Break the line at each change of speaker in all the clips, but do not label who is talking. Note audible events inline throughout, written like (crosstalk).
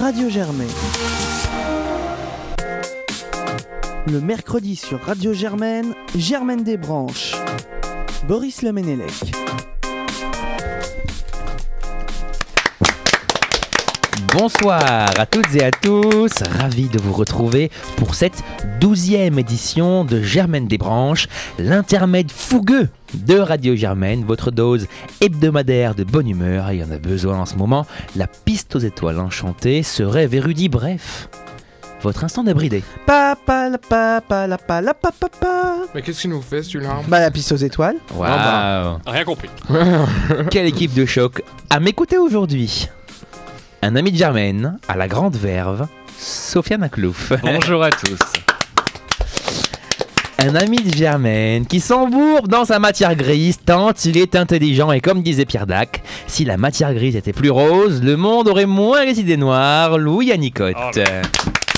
Radio Germain. Le mercredi sur Radio Germaine, Germaine Desbranches, Boris Leménélec.
Bonsoir à toutes et à tous, ravi de vous retrouver pour cette douzième édition de Germaine des Branches, l'intermède fougueux de Radio Germaine, votre dose hebdomadaire de bonne humeur, il y en a besoin en ce moment, la piste aux étoiles enchantée, ce rêve érudit, bref, votre instant d'abridé.
Papa la papa la pa la papa pa.
Mais qu'est-ce qu'il nous fait celui-là
Bah la piste aux étoiles.
Waouh,
Rien compris.
quelle équipe de choc à m'écouter aujourd'hui Un ami de Germaine, à la grande verve, Sofiane Aklouf.
Bonjour à tous.
Un ami de Germaine qui s'embourbe dans sa matière grise tant il est intelligent et comme disait Pierre Dac, si la matière grise était plus rose, le monde aurait moins les idées noires, Louis Anicotte.
Oh là.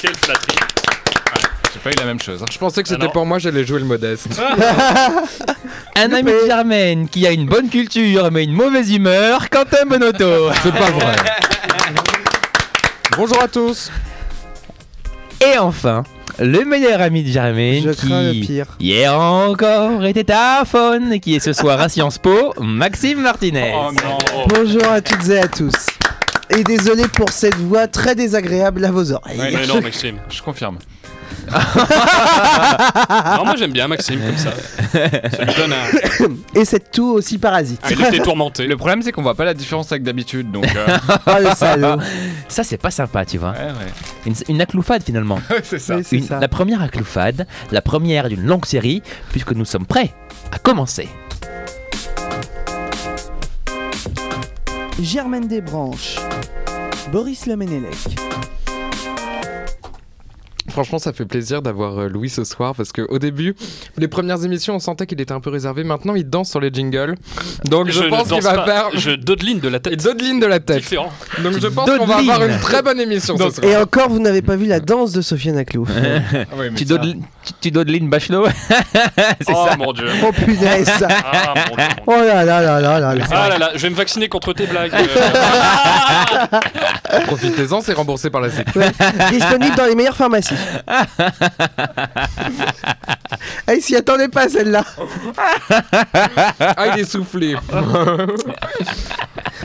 Quelle flatterie. J'ai pas eu la même chose. hein.
Je pensais que c'était
Alors-
pour moi, j'allais jouer le modeste.
Un ami de Germaine qui a une bonne culture mais une mauvaise humeur, Quentin Bonotto.
(laughs)
C'est pas vrai. Bonjour à tous.
Et enfin, le meilleur ami de Germaine
Je crains le
qui...
pire.
Hier encore était à Faune, qui est ce soir à Sciences Po, Maxime Martinez.
Oh non.
Bonjour à toutes et à tous. Et désolé pour cette voix très désagréable à vos oreilles.
Ouais, mais non, Maxime.
Je confirme.
Non, moi j'aime bien Maxime comme ça. Ça lui donne un,
Et cette toux aussi parasite.
un côté tourmenté.
Le problème, c'est qu'on voit pas la différence avec d'habitude, donc. (laughs) euh,
(laughs) Oh le salaud.
Ça, c'est pas sympa, tu vois.
ouais, ouais.
Une, une acloufade, finalement.
c'est ça.
Oui, c'est
Une-
ça.
la première acloufade, la première d'une longue série, puisque nous sommes prêts à commencer.
Germaine Desbranches. Boris Leménélec.
Franchement, ça fait plaisir d'avoir euh, Louis ce soir parce que au début, les premières émissions, on sentait qu'il était un peu réservé. Maintenant, il danse sur les jingles. Donc, je,
ne
pense qu'il
danse
va
pas.
faire.
Je dodeline de la
Et
tête.
d'autres lignes de la tête.
Différent.
Donc, je pense qu'on va
Dodeline.
avoir une très bonne émission ce soir.
Et encore, vous n'avez pas vu la danse de Sofiane
(laughs)
Aclou.
Ah
Tu dodes, tu, tu dodelines Bachelot (laughs) C'est
oh
ça.
mon dieu.
Oh punaise.
Ah mon dieu.
(laughs) Oh là là là là là là.
Ah là là, je vais me vacciner contre tes blagues. euh.
Profitez-en, c'est remboursé par la (laughs) sécu.
Ah.
Disponible dans les meilleures
(laughs)
pharmacies. Elle Eh, s'y attendait pas celle-là.
Oh,
Ah, il est soufflé.
Mon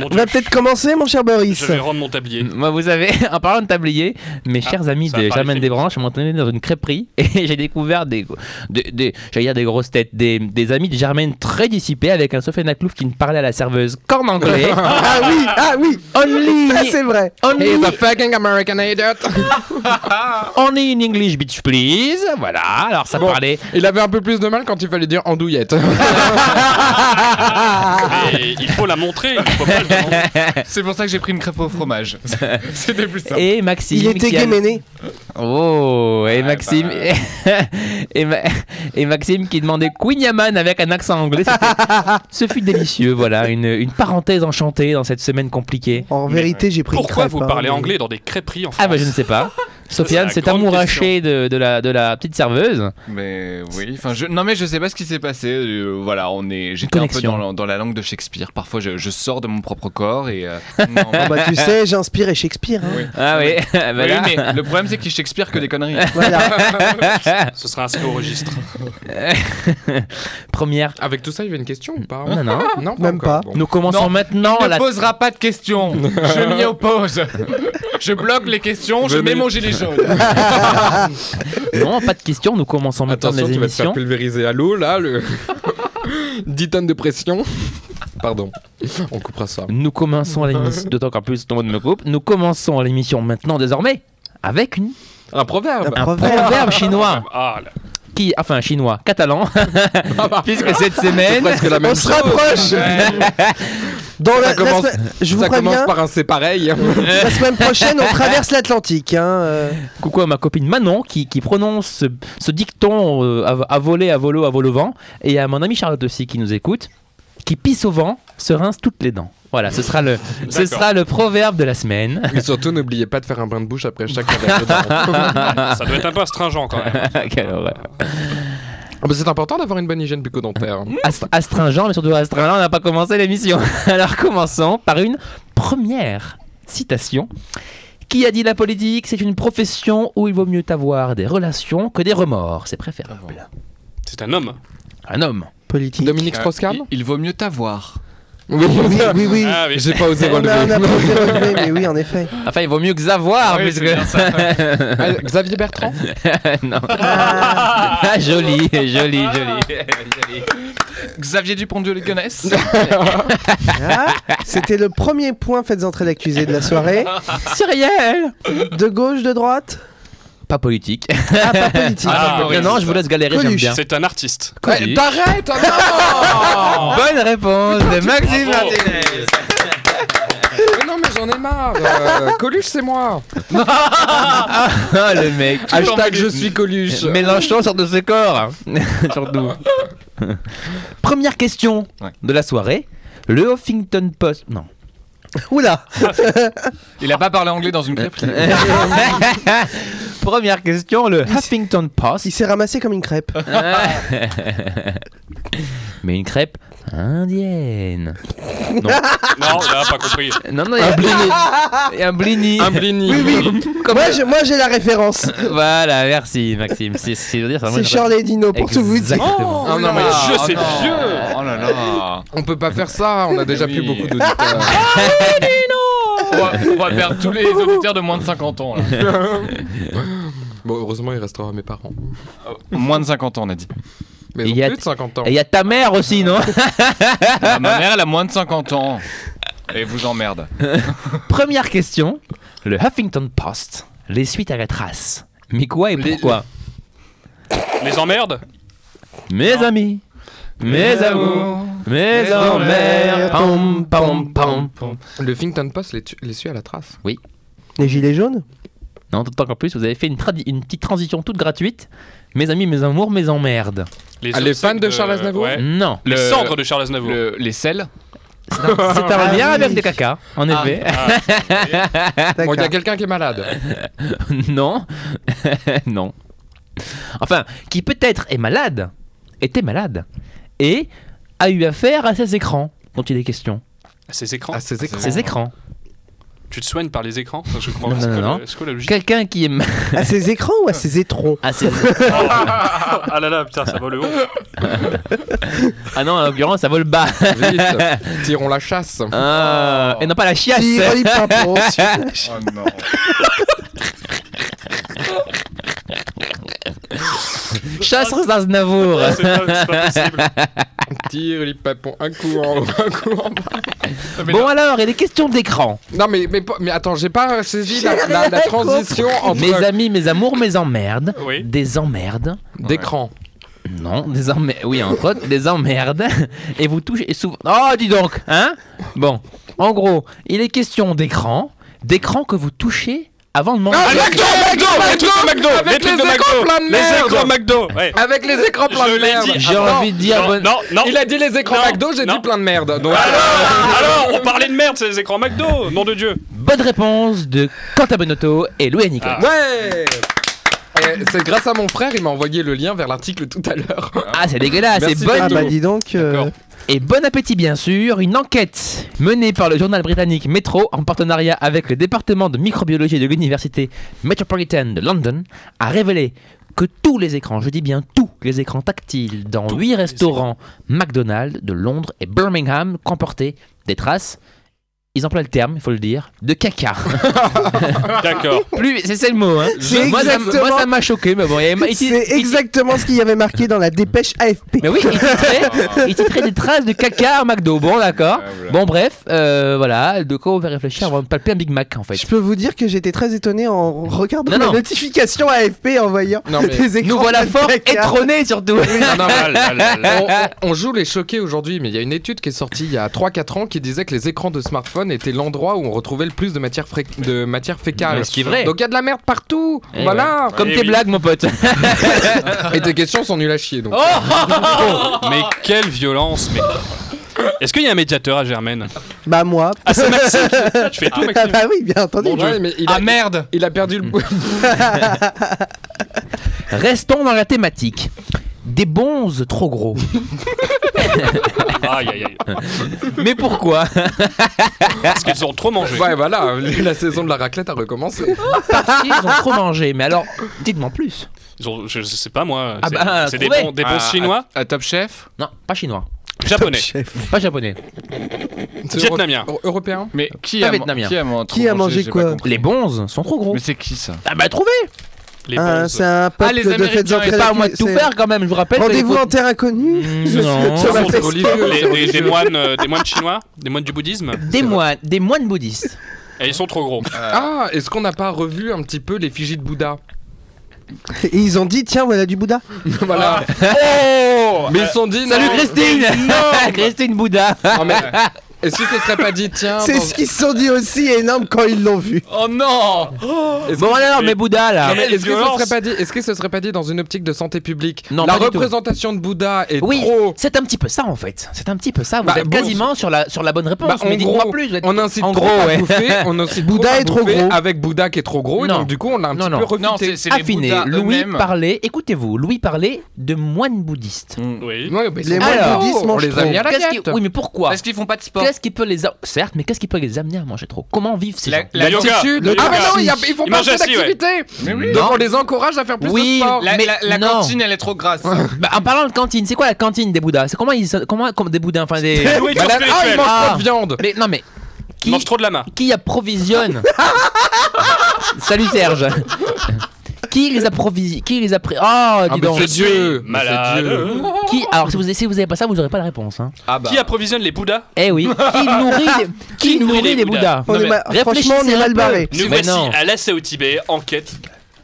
On
Dieu,
va peut-être commencer, mon cher Boris.
je vais rendre mon tablier.
Moi, vous avez, (laughs) en parlant de tablier, mes
Ah,
chers amis
ça va
de
parler
Germaine
féminin.
Desbranches, je m'entraînais dans une crêperie (laughs) et j'ai découvert des, des, des- j'allais dire des grosses têtes, des, des amis de Germaine très dissipés avec un Sofiane Aklouf qui ne parlait à la serveuse qu'en
(laughs)
anglais.
Ah oui, ah oui.
Oh,
only,
Ça c'est vrai.
only,
He's a fucking American idiot.
only in English, bitch, please. Voilà, alors ça
Bon.
parlait.
Il avait un peu plus de mal quand il fallait dire andouillette.
Et il faut la montrer. Il faut pas le
(laughs)
demander.
C'est pour ça que j'ai pris une crêpe au fromage. C'était plus simple.
Et Maxime.
Il était
qui a-
guéméné.
Oh, et Maxime. (laughs) et, Ma- et Maxime qui demandait Queen Yaman avec un accent anglais. c'était- Ce fut délicieux, voilà, une, une parenthèse enchantée dans cette semaine compliquée.
En vérité, j'ai pris une
Pourquoi
crêpe,
vous
hein,
parlez
mais-
anglais dans des crêperies en France
Ah bah je ne sais pas. Sofiane
c'est
s'est
la grande
amourachée de, de la, de la petite serveuse.
Mais oui, enfin, je... non, mais je sais pas ce qui s'est passé. euh, voilà, on est. J'étais un peu
Connexion.
dans la, dans la langue de Shakespeare. Parfois, je, je sors de mon propre corps et. euh, non.
Ah bah tu sais, j'inspire et Shakespeare. hein.
Ah (laughs) oui, bah
Oui,
là.
mais le problème, c'est qu'il Shakespeare que des conneries.
(laughs) Voilà.
Ce sera inscrit au registre.
Première.
Avec tout ça, il y avait une question ou pas
Non, non.
Non,
Même
encore.
pas.
Bon.
Nous commençons
Non,
maintenant
ne
Oh, la...
posera pas de questions. Je m'y oppose. Je bloque les questions. Je
Venez.
mets mon gilet jaune.
(laughs) Non, pas de questions, nous commençons maintenant
Attention,
les
tu vas te faire
émissions.
pulvériser à l'eau, là, le... (laughs) 10 tonnes de pression. (laughs) Pardon, on coupera ça.
Nous commençons l'émission, d'autant qu'en plus, tout le monde me coupe. Nous commençons l'émission maintenant désormais avec une-
Un proverbe
un
Proverbe.
proverbe chinois.
Ah là.
qui, enfin chinois, catalan, puisque cette semaine,
Presque (laughs) la même
On se
chose.
rapproche. Dans la,
Ça commence-
la semaine- je vous
Ça
préviens,
commence par un
(laughs)
c'est pareil.
la semaine
(laughs)
prochaine, on traverse l'Atlantique. Hein, euh.
(laughs) coucou à ma copine Manon qui, qui prononce ce, ce dicton euh, à, à voler, à volo, à vol au vent, et à mon amie Charlotte aussi qui nous écoute, qui pisse au vent, se rince toutes les dents. Voilà, ce sera le, ce
D'accord.
sera le proverbe de la
(laughs)
semaine.
Et surtout, n'oubliez pas de faire un bain de
(laughs)
bouche après chaque proverbe.
Ah.
Ça doit être un peu astringent quand même.
Quelle horreur.
Ah bah, c'est important d'avoir une bonne hygiène bucco-dentaire.
Ast- astringent, mais surtout astringent, on n'a pas commencé l'émission. (laughs) Alors commençons par une première citation. Qui a dit la politique, c'est une profession où il vaut mieux avoir des relations que des remords. C'est préférable.
C'est un homme.
Un homme.
Politique.
Dominique Strauss-Kahn
Il, Euh, il vaut mieux t'avoir.
Oui,
Oui, oui, oui.
Ah oui,
(laughs) J'ai pas osé
on a, on a
(laughs) relever.
pas osé relever, mais oui, en effet.
Enfin, il vaut mieux que Zavoir,
Ah oui,
puisque-
c'est bien
Ah, Xavier Bertrand
(laughs) non.
Ah,
Ah, joli, joli, joli.
Xavier Dupont de Ligonnès.
ah, C'était le premier point, faites entrer l'accusé de la soirée.
Cyrielle
De gauche, de droite
Pas politique.
Ah, pas politique.
Ah,
non,
oui,
non,
c'est
je
ça.
vous laisse galérer, j'aime
Coluche.
bien.
c'est un artiste.
Coluche.
T'arrêtes oh non
Bonne réponse de Maxime
Bravo.
Martinez.
Mais Non mais j'en ai marre Euh, Coluche c'est moi
Ah, le mec.
Hashtag je suis Coluche
Mélenchon sort de ce corps. (laughs) Surtout. Première question
Ouais.
de la soirée. Le Huffington Post. Non.
Oula
Il a pas parlé anglais dans une crêpe.
Première question, le Huffington
Il
Post.
s'est ramassé comme une crêpe.
Mais une crêpe indienne.
Non, là, pas compris.
Non, non, il y a un blini. Un blini.
Un blini
Oui, oui. Moi, je- moi, j'ai la référence.
Voilà, merci Maxime. C'est c'est- je veux dire,
C'est Charlie Dino, pour tout vous dire.
Exactement.
Ah non, mais
Dieu,
oh
c'est
non.
vieux.
Oh là là
On peut pas faire ça, on a déjà (laughs)
Oui.
plus beaucoup d'auditeurs.
on va, on va perdre tous les auditeurs de moins de 50 ans. là.
(laughs) Bon, heureusement, il restera à mes parents.
Moins de 50 ans, on a dit.
Mais
Et
ils
y a-
ont plus de 50 ans.
Et il y a ta mère aussi, (laughs) non
Ah, ma mère, elle a moins de 50 ans. Et vous emmerde.
Première question. Le Huffington Post. Les suites à la trace. Mais quoi et
Les-
pourquoi
Les emmerdes
Mes amis, mes amours, mes emmerdes, pam pam pam.
Le Huffington Post les, tu- les suit à la trace.
Les gilets jaunes
Non, tout encore plus, vous avez fait une, tradi- une petite transition toute gratuite. Mes amis, mes amours, mes emmerdes.
Ah, les
obsèques
fans de Charles Aznavour Mm.
ouais.
(laughs) Non.
Les
Le-
cendres de Charles Aznavour.
Le- les selles
C'est un c'est un
Ah
lien
oui.
avec des caca, en effet.
Ah,
(laughs)
ah, (laughs)
Bon, il y
D'accord.
a quelqu'un qui est malade.
non. (laughs) non. Enfin, qui peut-être est malade, était malade, et a eu affaire à ces écrans dont il est question.
À Ces écrans
À ses écrans.
Ces écrans.
Tu te soignes par les écrans Je comprends
Non,
pas. C'est
non,
quoi
non.
le- C'est quoi la logique
Quelqu'un qui est... ma- (laughs)
À ses écrans ou à ses étrons
à ses-
Ah là là, putain, ça
(laughs)
va le haut.
Ah non, en l'occurrence, ça vole bas. (laughs)
Vite, tirons la chasse.
Ah, Et non pas la chiasse.
Si, Oli Pimpon,
(laughs)
si-
Oh non.
Chasse aux Aznavour.
C'est pas, c'est pas possible.
Tire les papons un coup en haut, un coup en bas.
Bon alors, il est question d'écran.
Non, mais, mais, pas- mais attends, j'ai pas saisi la, la- la transition entre
Mes amis, mes amours, mes emmerdes.
Oui.
Des emmerdes.
d'écran.
Non, des emmerdes. Oui, entre autres, des emmerdes. (laughs) Et vous touchez et souvent. Oh, dis donc, hein Bon, en gros, il est question d'écran. D'écran que vous touchez avant de manger.
Ah,
McDo, McDo, les trucs de McDo,
Avec
les
les
trucs de
écrans
McDo,
plein de
les
merde.
écrans McDo. Ouais.
Avec les écrans plein
Je
de
l'ai
merde.
dit.
J'ai
Ah, non.
envie de dire.
non,
bonne-
non, non.
Il a dit les écrans
Oh. Non,
McDo, j'ai
non. Ah.
dit plein de merde. Donc,
Alors, on parlait de merde, c'est les écrans McDo, nom de Dieu.
Bonne réponse de Quentin Benotto et Louis Nicolas.
ouais Et C'est grâce à mon frère, il m'a envoyé le lien vers l'article tout à l'heure.
Ah, c'est dégueulasse.
Merci
C'est
de-
bonne
Ah bah
D'accord.
dis donc. euh,
D'accord.
Et bon appétit bien sûr, une enquête menée par le journal britannique Metro en partenariat avec le département de microbiologie de l'université Metropolitan de London a révélé que tous les écrans, je dis bien tous les écrans tactiles dans huit restaurants McDonald's de Londres et Birmingham comportaient des traces, ils emploient le terme, il faut le dire, de caca.
D'accord.
(laughs) Plus, c'est c'est le mot. Hein.
C'est
Moi, ça,
exactement-
moi, ça m'a choqué, mais bon, il y avait- il-
C'est
il-
exactement ce qu'il y avait marqué dans la dépêche AFP.
Mais oui, il (laughs) titrait, il titrait des traces de caca à McDo. Bon,
Ah,
d'accord. Bon, bref, euh, voilà, de quoi on va réfléchir avant de palper un Big Mac en fait.
Je peux vous dire que j'étais très étonné en regardant
Non,
la
non.
notification AFP en voyant
Non, mais
les écrans.
Nous voilà
de
fort
caca.
étronnés surtout. (laughs)
Ah,
Non, non, on, on- on joue les choqués aujourd'hui, mais il y a une étude qui est sortie il y a 3-4 ans qui disait que les écrans de smartphone étaient l'endroit où on retrouvait le plus de matière, fré- de matière fécale.
Ah, Mais ce qui est vrai.
Donc il y a de la merde partout.
Eh
voilà.
Comme
Eh
tes
oui.
blagues, mon pote. (laughs)
Et tes questions sont nulles à chier. Donc.
Oh, Mais quelle violence, mais. Est-ce qu'il y a un médiateur à Germaine
Bah moi.
Ah, c'est Maxime Je fais tout,
Ah
Maxime.
bah oui, bien entendu.
Ouais, mais il a,
Ah merde
Mm. (laughs)
il a perdu le bout.
Restons dans la thématique. des bonzes trop gros.
(laughs)
Aïe, aïe, aïe.
Mais pourquoi
Parce qu'ils ont trop mangé.
Ouais, voilà, la saison de la raclette a
(laughs)
recommencé.
Ils ont trop mangé. Mais alors, dites-moi plus.
Ils ont- je, je sais pas moi.
Ah
c'est
bah,
c'est des
trouvez.
bons, des bons
Ah,
chinois,
à- à Top Chef
Non, pas chinois,
japonais.
pas japonais.
C'est
Vietnamien.
euro- Européen
Mais qui
Pas
a, man-
vietnamien.
qui a man-
Qui a mangé
j'ai
quoi
pas compris.
Les bonzes sont trop gros.
Mais c'est qui ça
Ah bah trouvez
Les
Ah,
bons.
C'est un peuple
les
de
Américains,
faites
ils
C'est
entrées
pas à
la
moi
cu-
de tout
c'est-
faire quand même, je vous rappelle. que les
Rendez-vous
faut-
en terre inconnue.
Mm,
(laughs)
non.
Ça va
C'est
faire-
religieux,
Les-
c'est
des, des
religieux.
moines, euh, des moines chinois, des moines du bouddhisme.
Des moines, des moines bouddhistes.
Et ils sont trop gros.
Ah, est-ce qu'on n'a pas revu un petit peu l'effigie de Bouddha
Et ils ont dit tiens voilà du Bouddha.
Voilà.
Oh
Mais ils se sont dit.
Salut
non.
Christine (laughs) Christine Bouddha
Non, mais Est-ce qu'ils se seraient pas dit, tiens.
C'est
dans-
ce qu'ils se sont dit aussi énorme quand ils l'ont vu.
Oh non
Bon alors, mais Bouddha là
Non, mais
Quelle
Est-ce que, ce
violence
serait pas dit, est-ce que ce serait pas dit dans une optique de santé publique
Non,
La
pas du tout.
représentation de Bouddha est
Oui,
trop.
c'est un petit peu ça en fait. C'est un petit peu ça. Vous
Bah,
êtes
bon,
quasiment sur la, sur la bonne réponse.
Bah, en
mais dites-moi
gros,
plus. vous êtes-
On incite
en
trop
gros,
à
ouais.
bouffer,
(laughs)
on incite
Bouddha
trop à
est trop
bouffer
gros.
avec Bouddha qui est trop gros, et
Non.
donc du coup on l'a un
Non,
petit
non.
peu
Non, c'est
refuté.
c'est les
Affinez.
Bouddhas
Louis
eux-mêmes.
parlait, écoutez-vous, Louis parlait de moines bouddhistes.
Oui.
Ouais, mais ils
Les
sont
moines
gros,
bouddhistes
on
mangent
les a
trop.
mis à la
Qu'est-ce qui-
diète.
Oui, mais pourquoi
Parce qu'ils font pas de sport.
Qu'est-ce qui peut les. a- Certes, mais qu'est-ce qui peut les amener à manger trop Comment vivent ces
La-
gens
Le yoga.
L'altitude.
Le
Ah
yoga.
mais non, il y a- ils font
Ils
pas
mangent
assez
assis, ouais.
d'activité.
Mais oui.
Donc
Non.
on les encourage à faire plus
Oui,
de sport.
La,
Mais
la- la
non.
cantine, elle est trop grasse.
Bah, En parlant de cantine, c'est quoi la cantine des bouddhas C'est comment ils. Comment, comment des bouddhins Enfin
(laughs)
des.
Oui,
Bah, la- Ah, ils
spirituel.
mangent
Ah.
pas de viande.
Mais non, mais. Qui,
mange trop de lama.
qui
(laughs)
approvisionne Salut Serge Qui les approvisionne Qui les a pris Oh, dis
Ah, mais
donc
c'est Dieu. Mais c'est
Malade.
Dieu.
Qui Alors, si vous, si vous avez pas ça, vous n'aurez pas la réponse. Hein.
Ah bah.
Qui approvisionne les bouddhas
Eh oui (laughs) Qui nourrit les, qui nourrit les Bouddhas
On
Non,
est
mais
mal-
réfléchissez
Franchement on est
un
mal
peu.
barré.
Nous
Mais
voici
non.
à l'Assé au Tibet, enquête.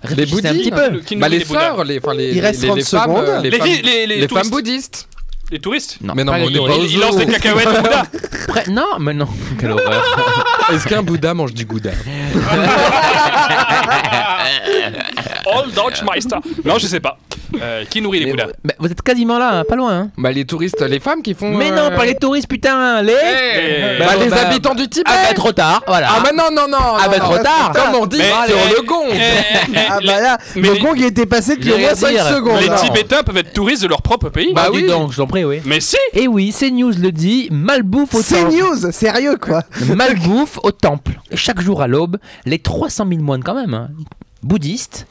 Les
Réfléchissez un
bouddhistes.
petit peu
Qui
Bah
nourrit
les
les Bouddhas.
sœurs, les enfin les
Il reste
les-
30
les femmes,
secondes.
euh, les
Les
femmes-
filles- les- les
les femmes
touristes.
bouddhistes.
Les touristes
Non,
Mais non,
pas
mais
les
on est
touristes.
pas aux
Ils lancent des
zoos.
cacahuètes aux Bouddhas.
Près- Non, mais non Quelle horreur
Est-ce qu'un Bouddha mange du gouda
All Dutch Meister. Non, je sais pas. Euh, qui nourrit les Bouddhas
Mais Vous êtes quasiment là, hein, pas loin hein.
Bah les touristes, les femmes qui font.
Mais
euh,
non, pas les touristes, putain Les
Eh,
Bah,
Bah,
les
bah,
habitants du Tibet.
Ah bah trop tard, voilà
Ah bah non non non.
Ah
non,
bah
non.
trop tard
Comme on dit
Mais-
sur
mais-
le gong.
eh, eh, eh,
Ah
les-
bah là,
mais
le
les-
gong il était passé depuis
j'ai
au moins
rien
5
dire.
secondes.
Les
alors.
Tibétains peuvent être touristes de leur propre pays.
Bah,
Bah
dis
oui.
donc, je t'en prie, oui
Mais si
Et oui, CNews le dit, malbouffe au
C'est
temple
news, sérieux quoi.
Malbouffe au temple Chaque jour à l'aube, les 300 000 moines quand même, hein, bouddhistes,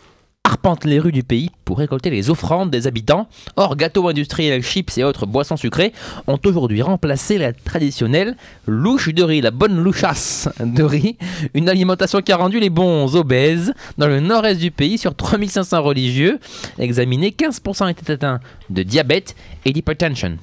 arpentent les rues du pays pour récolter les offrandes des habitants. Or, gâteaux industriels, chips et autres boissons sucrées ont aujourd'hui remplacé la traditionnelle louche de riz, la bonne louchasse de riz, une alimentation qui a rendu les bons obèses. Dans le nord-est du pays, sur 3500 religieux examinés, 15% étaient atteints de diabète et d'hypertension.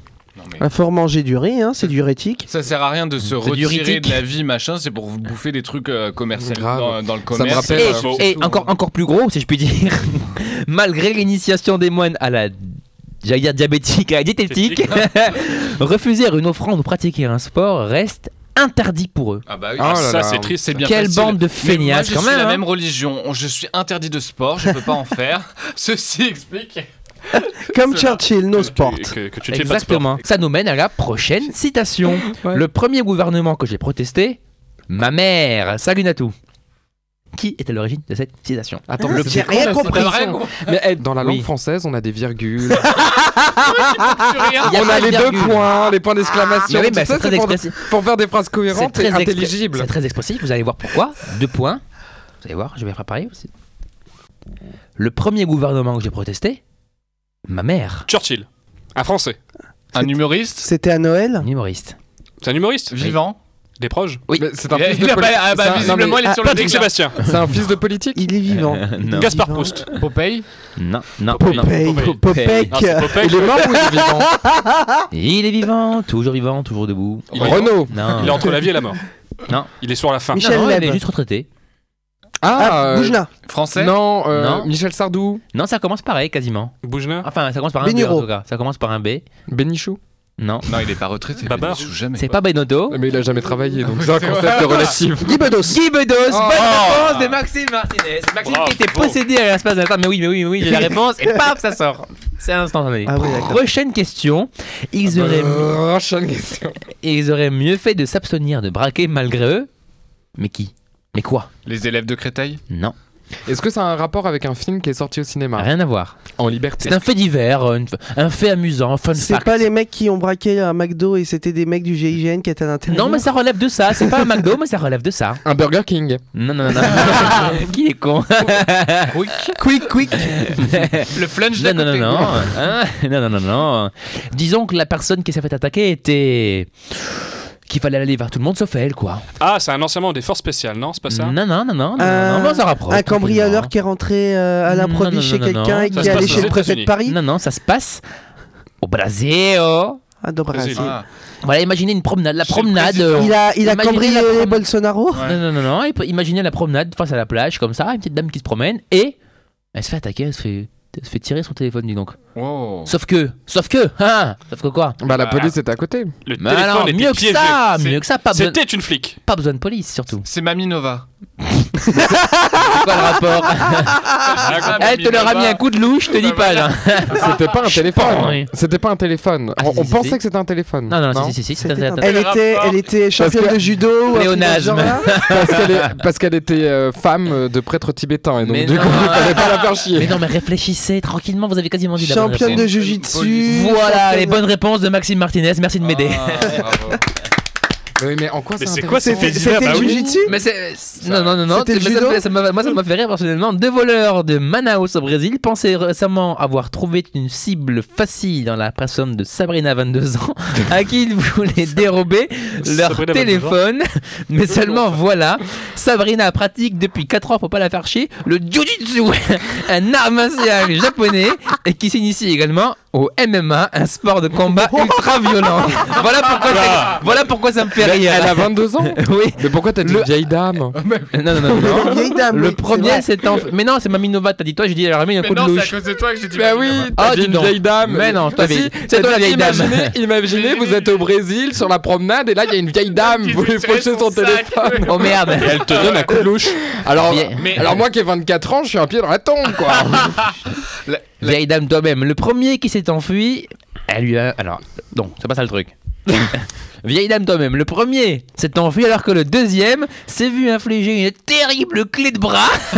Il faut manger du riz, hein, c'est (laughs) diurétique.
Ça sert à rien de se
C'est du
retirer
rhétique.
de la vie, machin, c'est pour vous bouffer des trucs euh, commerciaux
Grave.
dans, dans le
Ça me
commerce.
rappelle.
Et,
euh,
faux.
et encore, encore plus gros, si je puis dire, (laughs) malgré l'initiation des moines à la j'allais dire diabétique, à la diététique, (laughs) refuser une offrande ou pratiquer un sport reste interdit pour eux.
Ah bah oui.
Ah,
ça,
là
Ça,
là.
c'est triste.
c'est bien
Quelle
facile.
bande de
Mais moi,
feignasses
je
quand
suis
même.
la
hein.
même religion, je suis interdit de sport, je peux pas en faire. (laughs) Ceci explique.
Comme Churchill, no sport.
Que, que- que tu ne fais pas de sport.
Exactement. Ça nous mène à la prochaine citation.
Ouais.
Le premier gouvernement que j'ai protesté, ma mère, salut Natou. Qui est à l'origine de cette citation
Attends,
Le
c'est-
Ah, J'ai rien compris.
Euh,
Mais, eh,
Dans la langue
oui.
française, on a des virgules.
Ah,
Il y a
on
pas
a
de
les deux
virgule.
points, les points
Mais
d'exclamation.
oui,
tout
bah,
ça,
c'est très
c'est pour,
expressif.
pour faire des phrases
C'est
cohérentes
très
et
expr-
intelligibles.
C'est très expressif, vous allez voir pourquoi. Deux points. Vous allez voir, je vais préparer aussi. Le premier gouvernement que j'ai protesté, ma mère,
Churchill. Un français.
Un humoriste
C'était à Noël
un humoriste.
C'est un humoriste
vivant.
Des proches
Oui.
Mais c'est un
Il a-
fils de
il a
poli-
pas- ah bah,
c'est un- non,
visiblement,
mais
il est sur le
Patrick
déclin.
Sébastien.
C'est un fils de politique.
Il est vivant.
non.
Gaspard
Vivant.
Proust.
Popeye
Non, non,
Popeye.
non.
Popeye, Ah,
Popeye.
Popek.
Non, c'est Popeye.
Il est mort ou il est vivant
Il est vivant, toujours vivant, toujours debout.
Il est-
Renaud.
Non,
Il est entre la vie et la mort.
Non.
Il est sur la fin.
Michel
non, non, il est
Leb.
juste retraité.
Ah,
euh,
bouge là.
français
Non, euh,
Non.
Michel Sardou,
Non, ça commence pareil quasiment.
Boujna.
Enfin, ça commence par un B
Beniro.
en tout cas. Ça commence par un B.
Benichou.
Non.
Non, il est pas retraité.
Babar.
il ne joue jamais.
C'est pas Benotto.
Mais il a jamais travaillé, donc Ah, c'est un
c'est
concept (laughs)
vrai.
relatif.
Guy Bedos.
Guy Bedos, bonne
Oh.
réponse de Maxime Martinez. Maxime
Bravo.
qui était possédé à l'espace d'un temps. Mais oui, mais oui, mais oui, j'ai
(laughs)
la réponse et paf, ça sort. C'est instantané.
Ah oui, d'accord.
Prochaine question.
Ah
Ils
bah.
auraient,
Euh, Prochaine question.
ils auraient mieux fait de s'abstenir de braquer malgré eux. Mais qui Mais quoi
Les élèves de Créteil
Non.
Est-ce que ça a un rapport avec un film qui est sorti au cinéma
Rien à voir.
En liberté.
C'est un fait divers, euh, une- un fait amusant, un fun
C'est
fact.
pas les mecs qui ont braqué un McDo et c'était des mecs du GIGN qui étaient à l'intérieur.
Non, mais ça relève de ça. C'est pas un McDo, mais ça relève de ça.
Un Burger King.
Non, non, non. non. (laughs) Qui est con
Quick, quick
Le flunch
(laughs) Non, non,
d'à
non,
côté. (laughs)
non. Hein non, non, non, non. Disons que la personne qui s'est fait attaquer était. qu'il fallait aller vers tout le monde sauf elle, quoi.
Ah, c'est un ancien membre des forces spéciales, non C'est pas ça
Non, non, non, non, non,
Euh,
non, mais on s'en rapproche.
Un cambrioleur
tranquillement.
qui est rentré euh, à
Non, non,
l'improviste chez
non, non,
quelqu'un
non.
et qui
Ça
est
se
allé
passe
chez
aux
le préfet de
États-Unis.
Paris
Non, non, ça se passe au Brésil.
Ah, de Brésil.
Brésil.
Ah.
Voilà, imaginez une promenade, la
Chez le
promenade.
président.
euh,
Il a, il a
Imaginez la
cambriolé
promenade.
Bolsonaro
Ouais.
Non, non, non, non, et puis imaginez la promenade face à la plage, comme ça, une petite dame qui se promène, et elle se fait attaquer, elle se fait, elle se fait tirer son téléphone, dis donc.
Wow.
Sauf que, sauf que, hein, sauf que quoi
Bah, la
Ah.
police est à côté.
Le
Mais
téléphone
alors,
était
mieux que
piégé.
ça,
C'est-
mieux que ça, pas besoin,
C'était une flic.
pas besoin de police surtout.
C'est Mamie Nova.
C'est quoi le rapport Ah,
Ah,
Elle te leur a mis un coup de louche, je te dis pas, là.
C'était Ah. pas un
oui.
téléphone. C'était pas un téléphone.
Ah,
On,
si,
on
si,
pensait
si.
que c'était un téléphone.
Non, non, si, si, si, c'est
C'était un-
intéressant.
Elle était, elle était championne
que-
de judo ou un truc dans ce
Pléonasme.
genre-là
Parce qu'elle est- parce qu'elle était euh, femme euh, de prêtre tibétain et donc
Mais
du
non.
coup il fallait pas la faire chier.
Mais non, mais réfléchissez tranquillement, vous avez quasiment dit la bonne
Championne de
réponse.
jujitsu.
Police.
Voilà, les
championne-
bonnes réponses de Maxime Martinez, merci de m'aider.
Ah,
(laughs)
Oui, mais en quoi
Mais
c'est
c'est quoi ces
intéressant
faits divers
C'était
Bah
le
oui.
jujitsu
Mais c'est. Non, non, non, non.
C'était
mais
le
ça me
judo
fait- ça m'a- moi, ça m'a fait rire personnellement. Deux voleurs de Manaus au Brésil pensaient récemment avoir trouvé une cible facile dans la personne de Sabrina, 22 ans, à qui ils voulaient dérober leur
Sabrina, 22 ans.
téléphone. Mais seulement voilà, Sabrina pratique depuis 4 ans, faut pas la faire chier, le Jujutsu, (laughs) un art martial japonais, et qui s'initie également au MMA, un sport de combat ultra violent. Voilà pourquoi, c'est- voilà pourquoi ça me fait
Mais
rire. (laughs)
Elle a 22 ans
Oui,
Mais pourquoi t'as dit
Le-
vieille dame
non,
(laughs)
non, non, non.
Vieille dame, oui,
Le
Ah, c'est vrai.
premier, c'est en. Mais non, c'est Mamie Nova, t'as dit toi, j'ai dit, elle a remis un
Mais
coup de
non, c'est à
louche.
cause de toi que j'ai dit.
Bah
Mamie
oui,
Nova.
Ah,
t'as dit
dis
une
donc.
vieille dame.
Mais non, toi,
Bah si,
vieille- c'est toi, la
t'as dit,
vieille dame.
Imaginez, imaginez, vous êtes au Brésil sur la promenade et là il y a une vieille dame,
Qui
vous lui
s'est tiré
fauchez son
son sac.
téléphone.
(laughs) Oh merde
Et elle te donne un coup de louche.
Alors,
Vieille-
Mais-
alors moi qui ai 24 ans, je suis un pied dans la tombe quoi.
Ah, Vieille dame toi-même. Le premier qui s'est enfui, elle lui a. Alors, non, c'est pas ça le
(laughs)
truc. Vieille dame toi-même. Le premier s'est enfui alors que le deuxième s'est vu infliger une terrible clé de bras.
(laughs)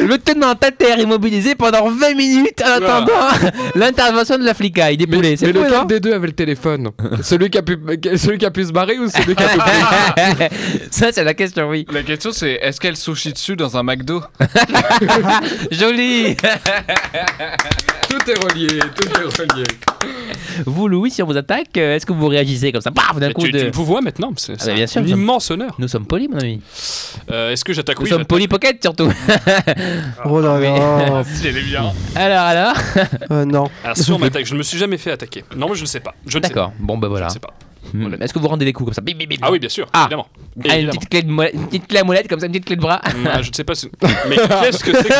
le tenant à terre immobilisé pendant 20 minutes en attendant l'intervention de la flicaille des poulets. C'est
mais
fou, hein.
lequel
non
des deux avait le téléphone celui, qui a pu, celui qui a pu se barrer ou
(laughs)
celui qui a pu...
Ça, c'est la question, oui.
La question c'est est-ce qu'elle sushi dessus dans un McDo
Joli
Tout est relié, tout est relié.
Vous, Louis, si on vous attaque, euh, est-ce que vous réagissez comme ça Paf D'un
Mais
coup
Tu, tu
de.
me pouvois maintenant. C'est
bah,
c'est
bien sûr,
un
ça me-
immense honneur.
Nous sommes polis, mon ami.
Euh, Est-ce que j'attaque
Nous
Oui,
sommes
j'attaque.
polis pocket
(laughs)
surtout.
Oh là là.
Si, elle est bien.
alors, alors
Euh, Non.
Alors, si on m'attaque, je ne me suis jamais fait attaquer. Non, moi je ne sais pas. Je ne sais pas.
D'accord, bon bah
Je
voilà.
ne sais pas.
Hmm.
Honnête.
Est-ce que vous rendez les coups comme ça Bim, bim, bim.
Ah oui, bien sûr,
Ah.
évidemment.
Ah, une,
Évidemment.
petite clé de molette, une petite clé à molette comme ça, une petite clé de bras.
Hum, ah, je ne sais pas. si-
(laughs)
Mais qu'est-ce que c'est que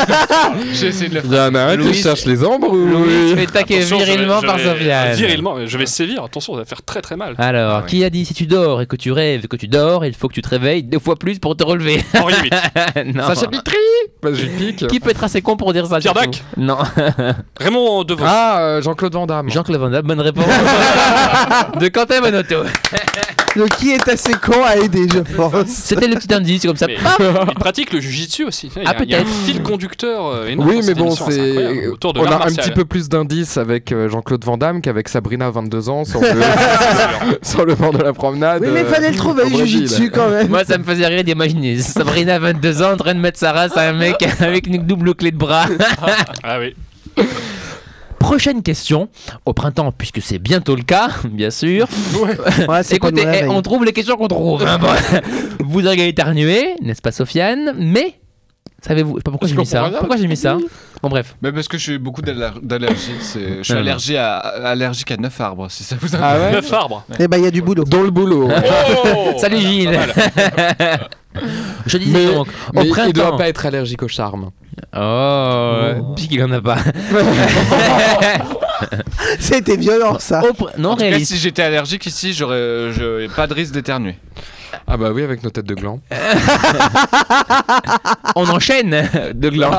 J'ai essayé de le
Il y en a un
Louis-
qui cherche
(laughs)
les
Je
embrouilles.
vais taquer
Attention, je vais-
virilement
je
par
vais-
Sofiane.
Virilement, je vais sévir. Attention, ça va faire très très mal.
Alors,
Ah oui.
qui a dit si tu dors et que tu rêves et que tu dors, il faut que tu te réveilles deux fois plus pour te relever (laughs)
Henri VIII.
Non.
Sacha Pitry Bah, je lui pique.
Qui peut être assez con pour dire ça
Pierre
surtout
Dac
Non.
(laughs) Raymond Devos.
Ah, euh, Jean-Claude Van Damme.
Jean-Claude Van Damme, bonne
(laughs)
réponse. de Quentin Bonotto.
Le qui est assez con à aider, je pense.
C'était le petit indice comme ça.
Mais-
Paf
Il pratique le jujitsu aussi. Il y a,
Ah,
il y a un
peut-être.
fil conducteur euh, énorme.
Oui,
dans
mais
cette
bon,
émission,
c'est.
incroyable, Autour de
On
l'art
a un
martial.
petit peu plus d'indices avec euh, Jean-Claude Van Damme qu'avec Sabrina, 22 ans, sur le, sur le (laughs) bord de la promenade.
Oui, mais
euh,
fallait le trouver,
au
le
Brésil.
jujitsu quand même.
Moi, ça me faisait rire d'imaginer Sabrina, 22 ans, en train de mettre sa race à un mec (laughs) avec une double clé de bras.
Ah oui.
Prochaine question. Au printemps, puisque c'est bientôt le cas, bien sûr.
Ouais, c'est pas
Écoutez,
Noël,
eh,
hein.
on trouve les questions qu'on trouve. hein, bon. vous avez éternué, n'est-ce pas, Sofiane Mais savez-vous je sais pas pourquoi
Je
j'ai mis
comprends
ça
rien.
Pourquoi j'ai mis ça Bon bref.
Mais parce que je suis beaucoup d'aller- d'allergies. c'est- Je suis
Non, non.
allergique à, allergique à neuf arbres, si ça vous intéresse.
Ah ouais
Neuf arbres.
Eh ben, il y a du boulot.
Dans le boulot.
Oh
Salut Gilles.
Pas mal.
(laughs) Je disais
Mais-
donc au
Mais
printemps.
il doit pas être allergique au charme.
Oh, puis qu'il en a pas.
(laughs) C'était violent, ça.
Au pr- Non
En tout cas,
réaliste.
si j'étais allergique ici, j'aurais euh, j'aurais pas de risque d'éternuer.
Ah bah oui, avec nos têtes de gland.
On enchaîne de (laughs) gland.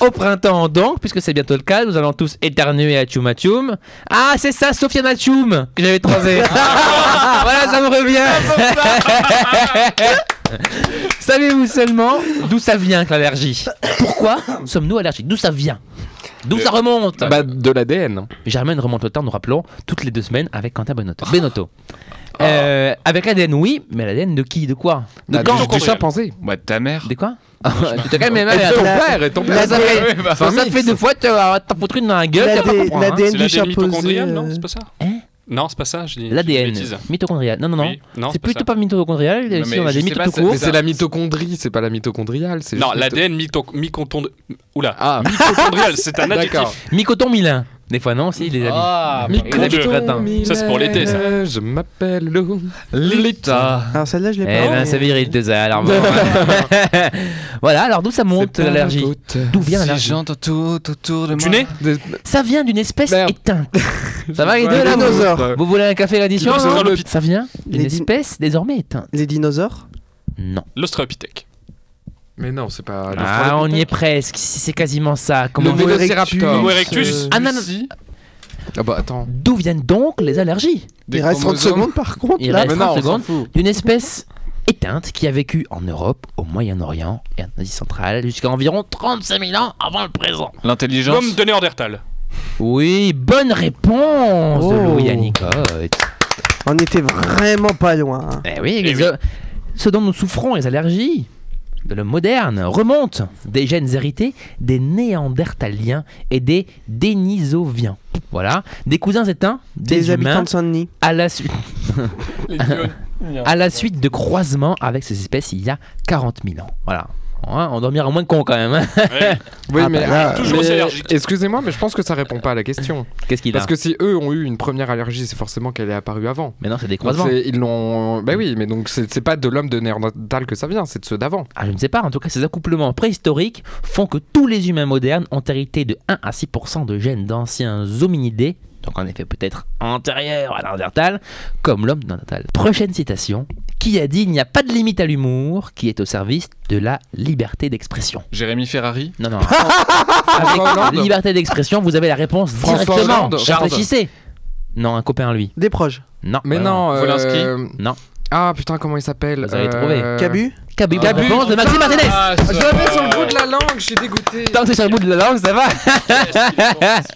Au printemps donc, puisque c'est bientôt le cas, nous allons tous éternuer à Tchoum à Tchoum. Ah, c'est ça, Sofiane à Tchoum, que j'avais (laughs) croisé. voilà, ça me revient. Savez-vous seulement d'où ça vient que l'allergie Pourquoi sommes-nous allergiques D'où ça vient D'où
Le-
ça remonte
Bah, de l'ADN.
Germaine remonte le temps, nous rappelons, toutes les deux semaines avec Quentin Benotto. Benotto. Euh, avec l'ADN, oui, mais l'ADN de qui De quoi De
Bah,
quand
du- Du chimpanzé.
Bah, ta mère.
De quoi Ah, Tu te calmes, mais
Et ton
la-
père, et ton père.
la-
ça fait,
Ouais, bah,
ça fait deux fois, t'as euh, t'as foutu une dans la gueule, t'as pas
L'AD-
comprendre, hein.
L'ADN
C'est
du
l'ADN
chimpanzé.
mitochondrial,
euh,
non C'est pas ça
Hein
Non, c'est pas ça, je dis. je dis
L'ADN,
bêtise.
mitochondrial. Non, non, non.
Oui, Non,
c'est plutôt
ça.
pas mitochondrial,
Non,
si
mais
on a
je
des
sais
mythes
pas,
tout
c'est-
court.
Mais c'est la mitochondrie, c'est pas la mitochondriale. c'est
Non,
juste mito-
l'ADN mitoc- micondon- Oula,
Ah,
mitochondrial,
(laughs)
c'est un adjectif.
d'accord.
Micoton Milin. hein. Des fois, non, si, les amis.
Ah,
Mais-
bah,
habits
Mitochondrial.
gratins.
Ça, c'est pour l'été, ça.
Je m'appelle Lou.
Lita.
Alors celle-là, je l'ai pas.
Eh
hein,
ben, c'est viril, deux alors. bon. hein. voilà, alors d'où ça monte
C'est pas
l'allergie
ma faute.
D'où vient
Si
l'allergie
j'entends tout autour de moi.
Tu nais
Des-
Ça vient d'une espèce
Merde.
éteinte. Ça va, les deux,
Les
là vous,
dinosaures.
vous voulez un café à l'addition
Dinosaures,
hein
le-
Ça vient d'une
Les din-
espèce désormais éteinte.
Les dinosaures
Non.
L'Australopithèque.
Mais non, c'est pas.
Ah, on y est presque. Si c'est quasiment ça.
Le
Comment vous-
vélo-
vélociraptor.
Homo erectus.
Ah, non, non.
Lucie. Ah bah attends.
D'où viennent donc les allergies
Il reste 30 secondes par contre.
Il
là.
reste
mais non,
30
on s'en
secondes.
fout.
D'une espèce éteinte qui a vécu en Europe, au Moyen-Orient et en Asie centrale jusqu'à environ 35 000 ans avant le présent.
L'intelligence.
L'homme de Néandertal.
Oui, bonne réponse de
Oh.
Louis Yannicotte.
On était vraiment pas loin. hein.
Eh oui,
Eh
les-
oui.
ce dont nous souffrons, les allergies de l'homme moderne, remontent des gènes hérités des Néandertaliens et des Dénisoviens. Voilà, des cousins éteints, des,
Des, habitants
humains,
de Saint-Denis.
à la, su- à la suite de croisements avec ces espèces il y a 40 000 ans. Voilà. Hein, on dormira moins de con quand même. hein.
Ouais.
Oui,
Ah,
mais.
bah là,
Toujours aussi
mais-
allergique.
Excusez-moi, mais je pense que ça répond pas à la question.
Qu'est-ce qu'il a
Parce que si eux ont eu une première allergie, c'est forcément qu'elle est apparue avant.
Mais non, c'est des
Donc
croisements.
c'est- Ils l'ont. Bah oui, mais donc c'est c'est pas de l'homme de Néandertal que ça vient, c'est de ceux d'avant.
Ah, je ne sais pas, en tout cas, ces accouplements préhistoriques font que tous les humains modernes ont hérité de 1 à 6% de gènes d'anciens hominidés, donc en effet peut-être antérieurs à Néandertal, comme l'homme Néandertal. Prochaine citation qui a dit Il n'y a pas de limite à l'humour qui est au service de la liberté d'expression.
Jérémy Ferrari.
(laughs) Non, non.
François
Avec
Hollande.
liberté d'expression, vous avez la réponse
François
directement.
Hollande, Charles.
Réfléchissez. Non, un copain à lui.
Des proches.
Non.
Mais
voilà.
non. euh,
Volinsky.
Non.
Ah putain, comment il s'appelle euh,
Vous avez trouvé.
Cabu
Cabu,
Cabu.
Ah, réponse de Maxime Martinez.
Ah,
Je l'avais sur le bout de la langue, je suis dégoûté.
Tant que c'est sur le bout de la langue, ça va.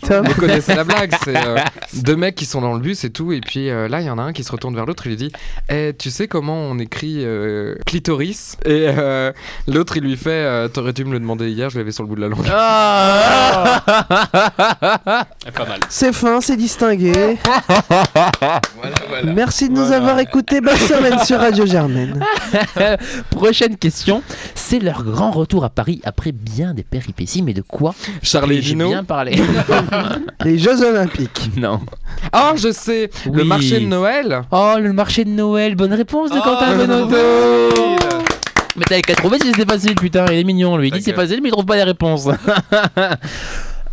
Tom
Vous connaissez la blague, c'est (laughs) euh, deux mecs qui sont dans le bus et tout, et puis euh, là il y en a un qui se retourne vers l'autre, il lui dit Eh, Tu sais comment on écrit euh, clitoris Et euh, l'autre il lui fait euh, T'aurais dû me le demander hier, je l'avais sur le bout de la (laughs) langue.
Ah.
Eh, Pas mal.
C'est fin, c'est distingué.
Voilà, voilà.
Merci de nous
Voilà.
avoir écoutés. Bonne semaine sur Radio
(laughs)
Germaine.
(laughs) Prochaine question. C'est leur grand retour à Paris après bien des péripéties, mais de quoi
Charlie
j'ai
Dino.
bien (laughs) parlé
Les Jeux Olympiques.
Non.
Ah, je sais Le
Oui.
marché de Noël
Oh, le marché de Noël. Bonne réponse de
Oh,
Quentin
bonne
Benotto. Mais t'avais qu'à trouver si c'était facile, putain. Il est mignon, lui. Il dit c'est facile, mais il trouve pas les réponses. (laughs)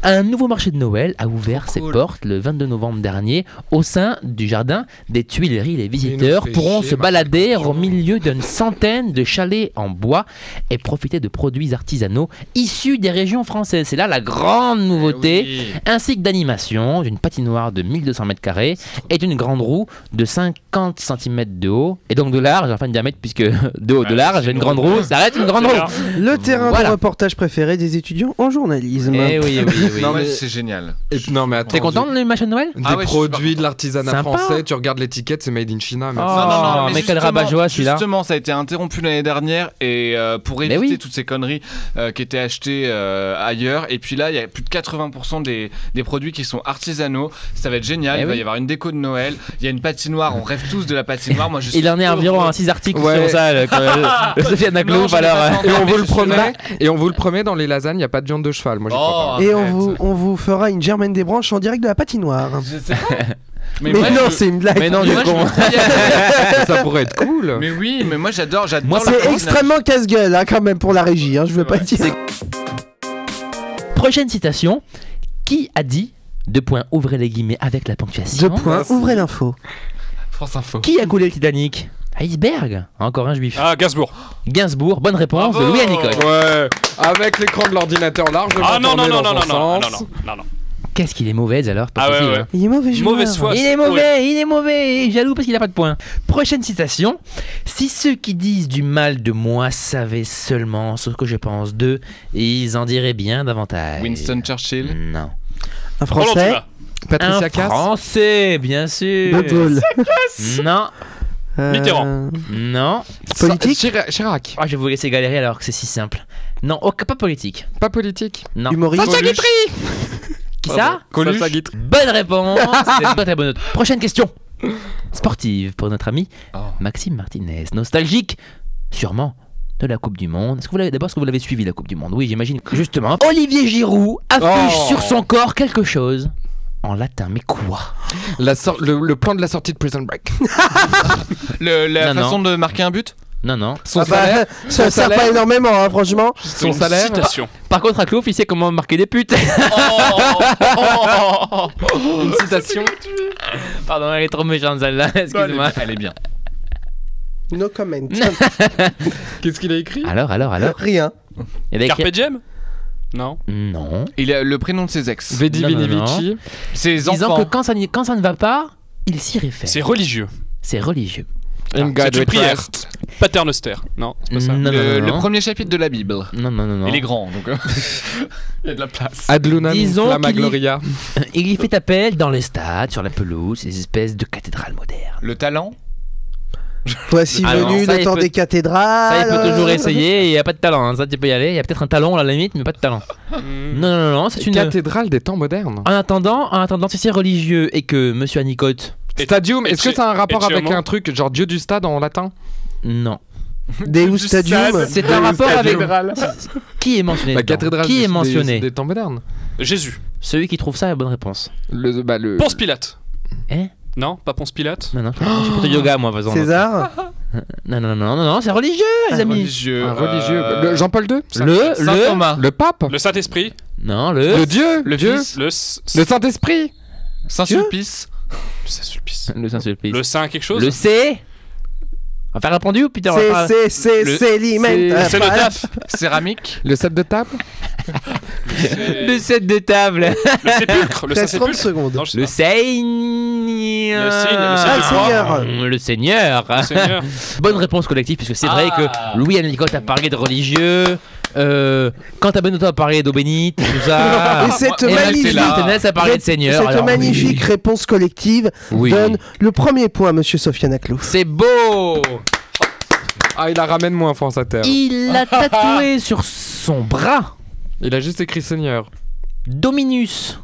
Un nouveau marché de Noël a ouvert ses portes le 22 novembre dernier au sein du jardin des Tuileries. Les visiteurs
fait
pourront
chier,
se
Marc
balader
Lacombe.
au milieu d'une centaine de chalets en bois et profiter de produits artisanaux issus des régions françaises. C'est là la grande nouveauté
Ah,
ainsi que d'animation, d'une patinoire de 1200 mètres carrés et d'une grande roue de 50 cm de haut et donc de large, enfin de diamètre puisque (laughs) de haut de
Ouais,
large,
c'est
j'ai une
une
grande roue, ça reste une grande
C'est
roue.
Le terrain
Voilà.
de reportage préféré des étudiants en journalisme.
Eh oui, eh oui, eh oui.
Non, mais-
c'est génial.
Et- Non, mais attends.
T'es content de le machin de Noël
Des
Ah ouais, je suis
produits
super
de l'artisanat
Sympa.
français, tu regardes l'étiquette, c'est made in China. mais-
Oh. mais quel rabat-joie, celui-là.
Justement, ça a été interrompu l'année dernière et euh, pour éviter
oui.
toutes ces conneries euh, qui étaient achetées euh, ailleurs. Et puis là, il y a plus de 80% des, des produits qui sont artisanaux. Ça va être génial.
Eh
il va
oui.
y avoir une déco de Noël. Il y a une patinoire. On rêve tous de la patinoire. Moi, je
(laughs)
suis
Il en est
heureux.
environ à 6 articles
Ouais.
sur ça, le, le- le Sofiane
Non,
Aglou,
je l'ai
alors.
pas
euh,
tenté,
Et on
mais
vous le
je suis heureux.
promet, et on vous le promet, dans les lasagnes, il n'y a pas de viande de cheval. Moi, j'y crois pas.
Oh,
Et on
arrête.
vous, on vous fera une Germaine des Branches en direct de la patinoire.
Je sais pas.
(laughs)
Mais,
moi,
non,
je-
c'est une blague.
Mais non, je
Moi, je
con.
(laughs) Ça pourrait être cool.
Mais oui, mais moi j'adore, j'adore.
Moi,
la
C'est
patinoire.
extrêmement casse-gueule hein, quand même pour la régie. hein, je veux
C'est
pas
vrai.
dire.
Prochaine citation. Qui a dit deux points, ouvrez les guillemets avec la ponctuation.
Deux points.
Merci.
Ouvrez l'info.
France Info.
Qui a coulé le Titanic Iceberg. Encore un juif.
Ah, Gainsbourg.
Gainsbourg, bonne réponse de
Bravo.
Louis Nicoche.
Ouais, avec l'écran de l'ordinateur large.
Ah non, non, non, non, non, non, non, non, non, non.
Qu'est-ce qu'il est mauvaise alors c'est pas
Ah ouais,
possible,
ouais.
hein.
Il est mauvais joueur.
Mauvaise foi.
Il est mauvais, il est mauvais, il est jaloux parce qu'il n'a pas de points. Prochaine citation. Si ceux qui disent du mal de moi savaient seulement ce que je pense d'eux, ils en diraient bien davantage.
Winston Churchill.
Non.
Un
Roland, tu
français.
vas.
Patricia
Un
Cass.
Français, bien sûr.
De Gaulle.
Non,
Euh,
Mitterrand.
non.
Sa-
Politique.
Chira- Chirac.
Ah, je vais vous laisser galérer alors que c'est si simple. Non, oh, pas politique.
Pas politique.
Non.
Humoriste.
Sacha Guitry.
Qui ça
Coluche.
Sacha
Bonne
(laughs)
réponse. C'est une très très bonne note. Prochaine question. Sportive pour notre ami
Oh.
Maxime Martinez. Nostalgique, sûrement, de la Coupe du Monde. Est-ce que vous l'avez d'abord, est-ce que vous l'avez suivi la Coupe du Monde Oui, j'imagine. Justement, Olivier Giroud affiche
Oh.
sur son corps quelque chose en latin. Mais quoi
La sor- le, le plan de la sortie de Prison Break.
Le- la
Non,
façon de marquer un but
Non, non.
Son
Ah bah,
salaire.
ça
son
sert
salaire.
pas énormément, hein, franchement.
Son salaire.
Citation.
Par contre, à Clouf, il sait comment marquer des putes. (laughs)
Une citation.
Pardon, elle est trop méchante celle-là. Excuse-moi.
Elle est bien.
No comment.
Qu'est-ce qu'il a écrit
Alors, alors, alors.
Rien.
Il y a écrit-
Carpe diem Non.
Non.
Il a le prénom de ses ex.
Vedi
Non, non,
Vini
non.
Vici.
Ses
Disant
enfants.
que quand ça, n'y- quand ça ne va pas, il s'y réfère.
C'est religieux. Ah,
C'est religieux.
In
C'est
God
une
we
prière.
trust.
Paternoster. Non, c'est pas ça.
Non,
le,
non, non,
le
non.
premier chapitre de la Bible.
Non, non, non, non.
Il est grand, donc euh, (laughs) il y a de la place.
Adlunam
Disons
Flamma
qu'il y-
Gloria.
Il y fait appel dans les stades, sur la pelouse, ces espèces de cathédrales modernes.
Le talent
Voici
Ah non,
venu
ça,
le
il
temps
peut-
des cathédrales.
Ça, il peut toujours essayer, il n'y a pas de talent. hein. Ça, tu peux y aller. Il y a peut-être un talent à la limite, mais pas de talent.
Mm.
Non, non, non, non, c'est une.
Cathédrale des temps modernes.
En attendant, en attendant, si c'est religieux et que monsieur Anicote.
Et-
Stadium, est-ce
et
que ça a un rapport
et tu
avec
amants
un truc genre Dieu du stade en latin
Non.
Deus Stadium.
C'est un rapport avec. Qui est mentionné
La
dedans
Bah, cathédrale
Qui
des-
est mentionné
des, des temps modernes.
Jésus.
Celui qui trouve ça la bonne réponse.
Le, bah, le...
Ponce Pilate.
Hein
Non, pas Ponce Pilate.
Non, non, je suis plutôt yoga, moi, par exemple.
César.
Non, non, non, non, non, c'est religieux, les amis.
Ah, religieux.
un religieux.
euh,
Le- Jean-Paul II
Le,
Saint
le,
Thomas.
Le pape
Le Saint-Esprit.
non, le,
Le Dieu
Le
Dieu
Fils.
Le. s-
Le Saint-Esprit
Saint-Sulpice.
Saint-Sulpice.
le Saint-Sulpice,
Le Saint quelque chose
le C. On va faire répondu ou putain, on va faire-
C'est, c'est,
le-
c'est, c'est l'immense.
C'est le taf.
Céramique.
Le set de table
(laughs) le 7 de table,
Le sépulcre. Le
T'as 30
Saint-Sépulcre.
secondes.
Non, je sais
le
pas.
Seigneur,
Ah.
Ah,
Le signe, le signe
le Seigneur.
de croix.
le Seigneur.
Le Seigneur.
Bonne réponse collective, puisque c'est vrai
Ah.
que Louis Anicotte a parlé de religieux. Euh, quand Benotto a parlé d'eau bénite, tout ça.
(laughs) Et cette
Et
Maxime
là, c'est
magnifique,
là.
Martinez a parlé de Seigneur.
cette
alors oui.
magnifique réponse collective
Oui.
donne le premier point à Monsieur Sofiane Aklouf.
C'est beau.
Ah, il la ramène moins France Inter.
Il a (laughs) tatoué sur son bras
Il a juste écrit Seigneur.
Dominus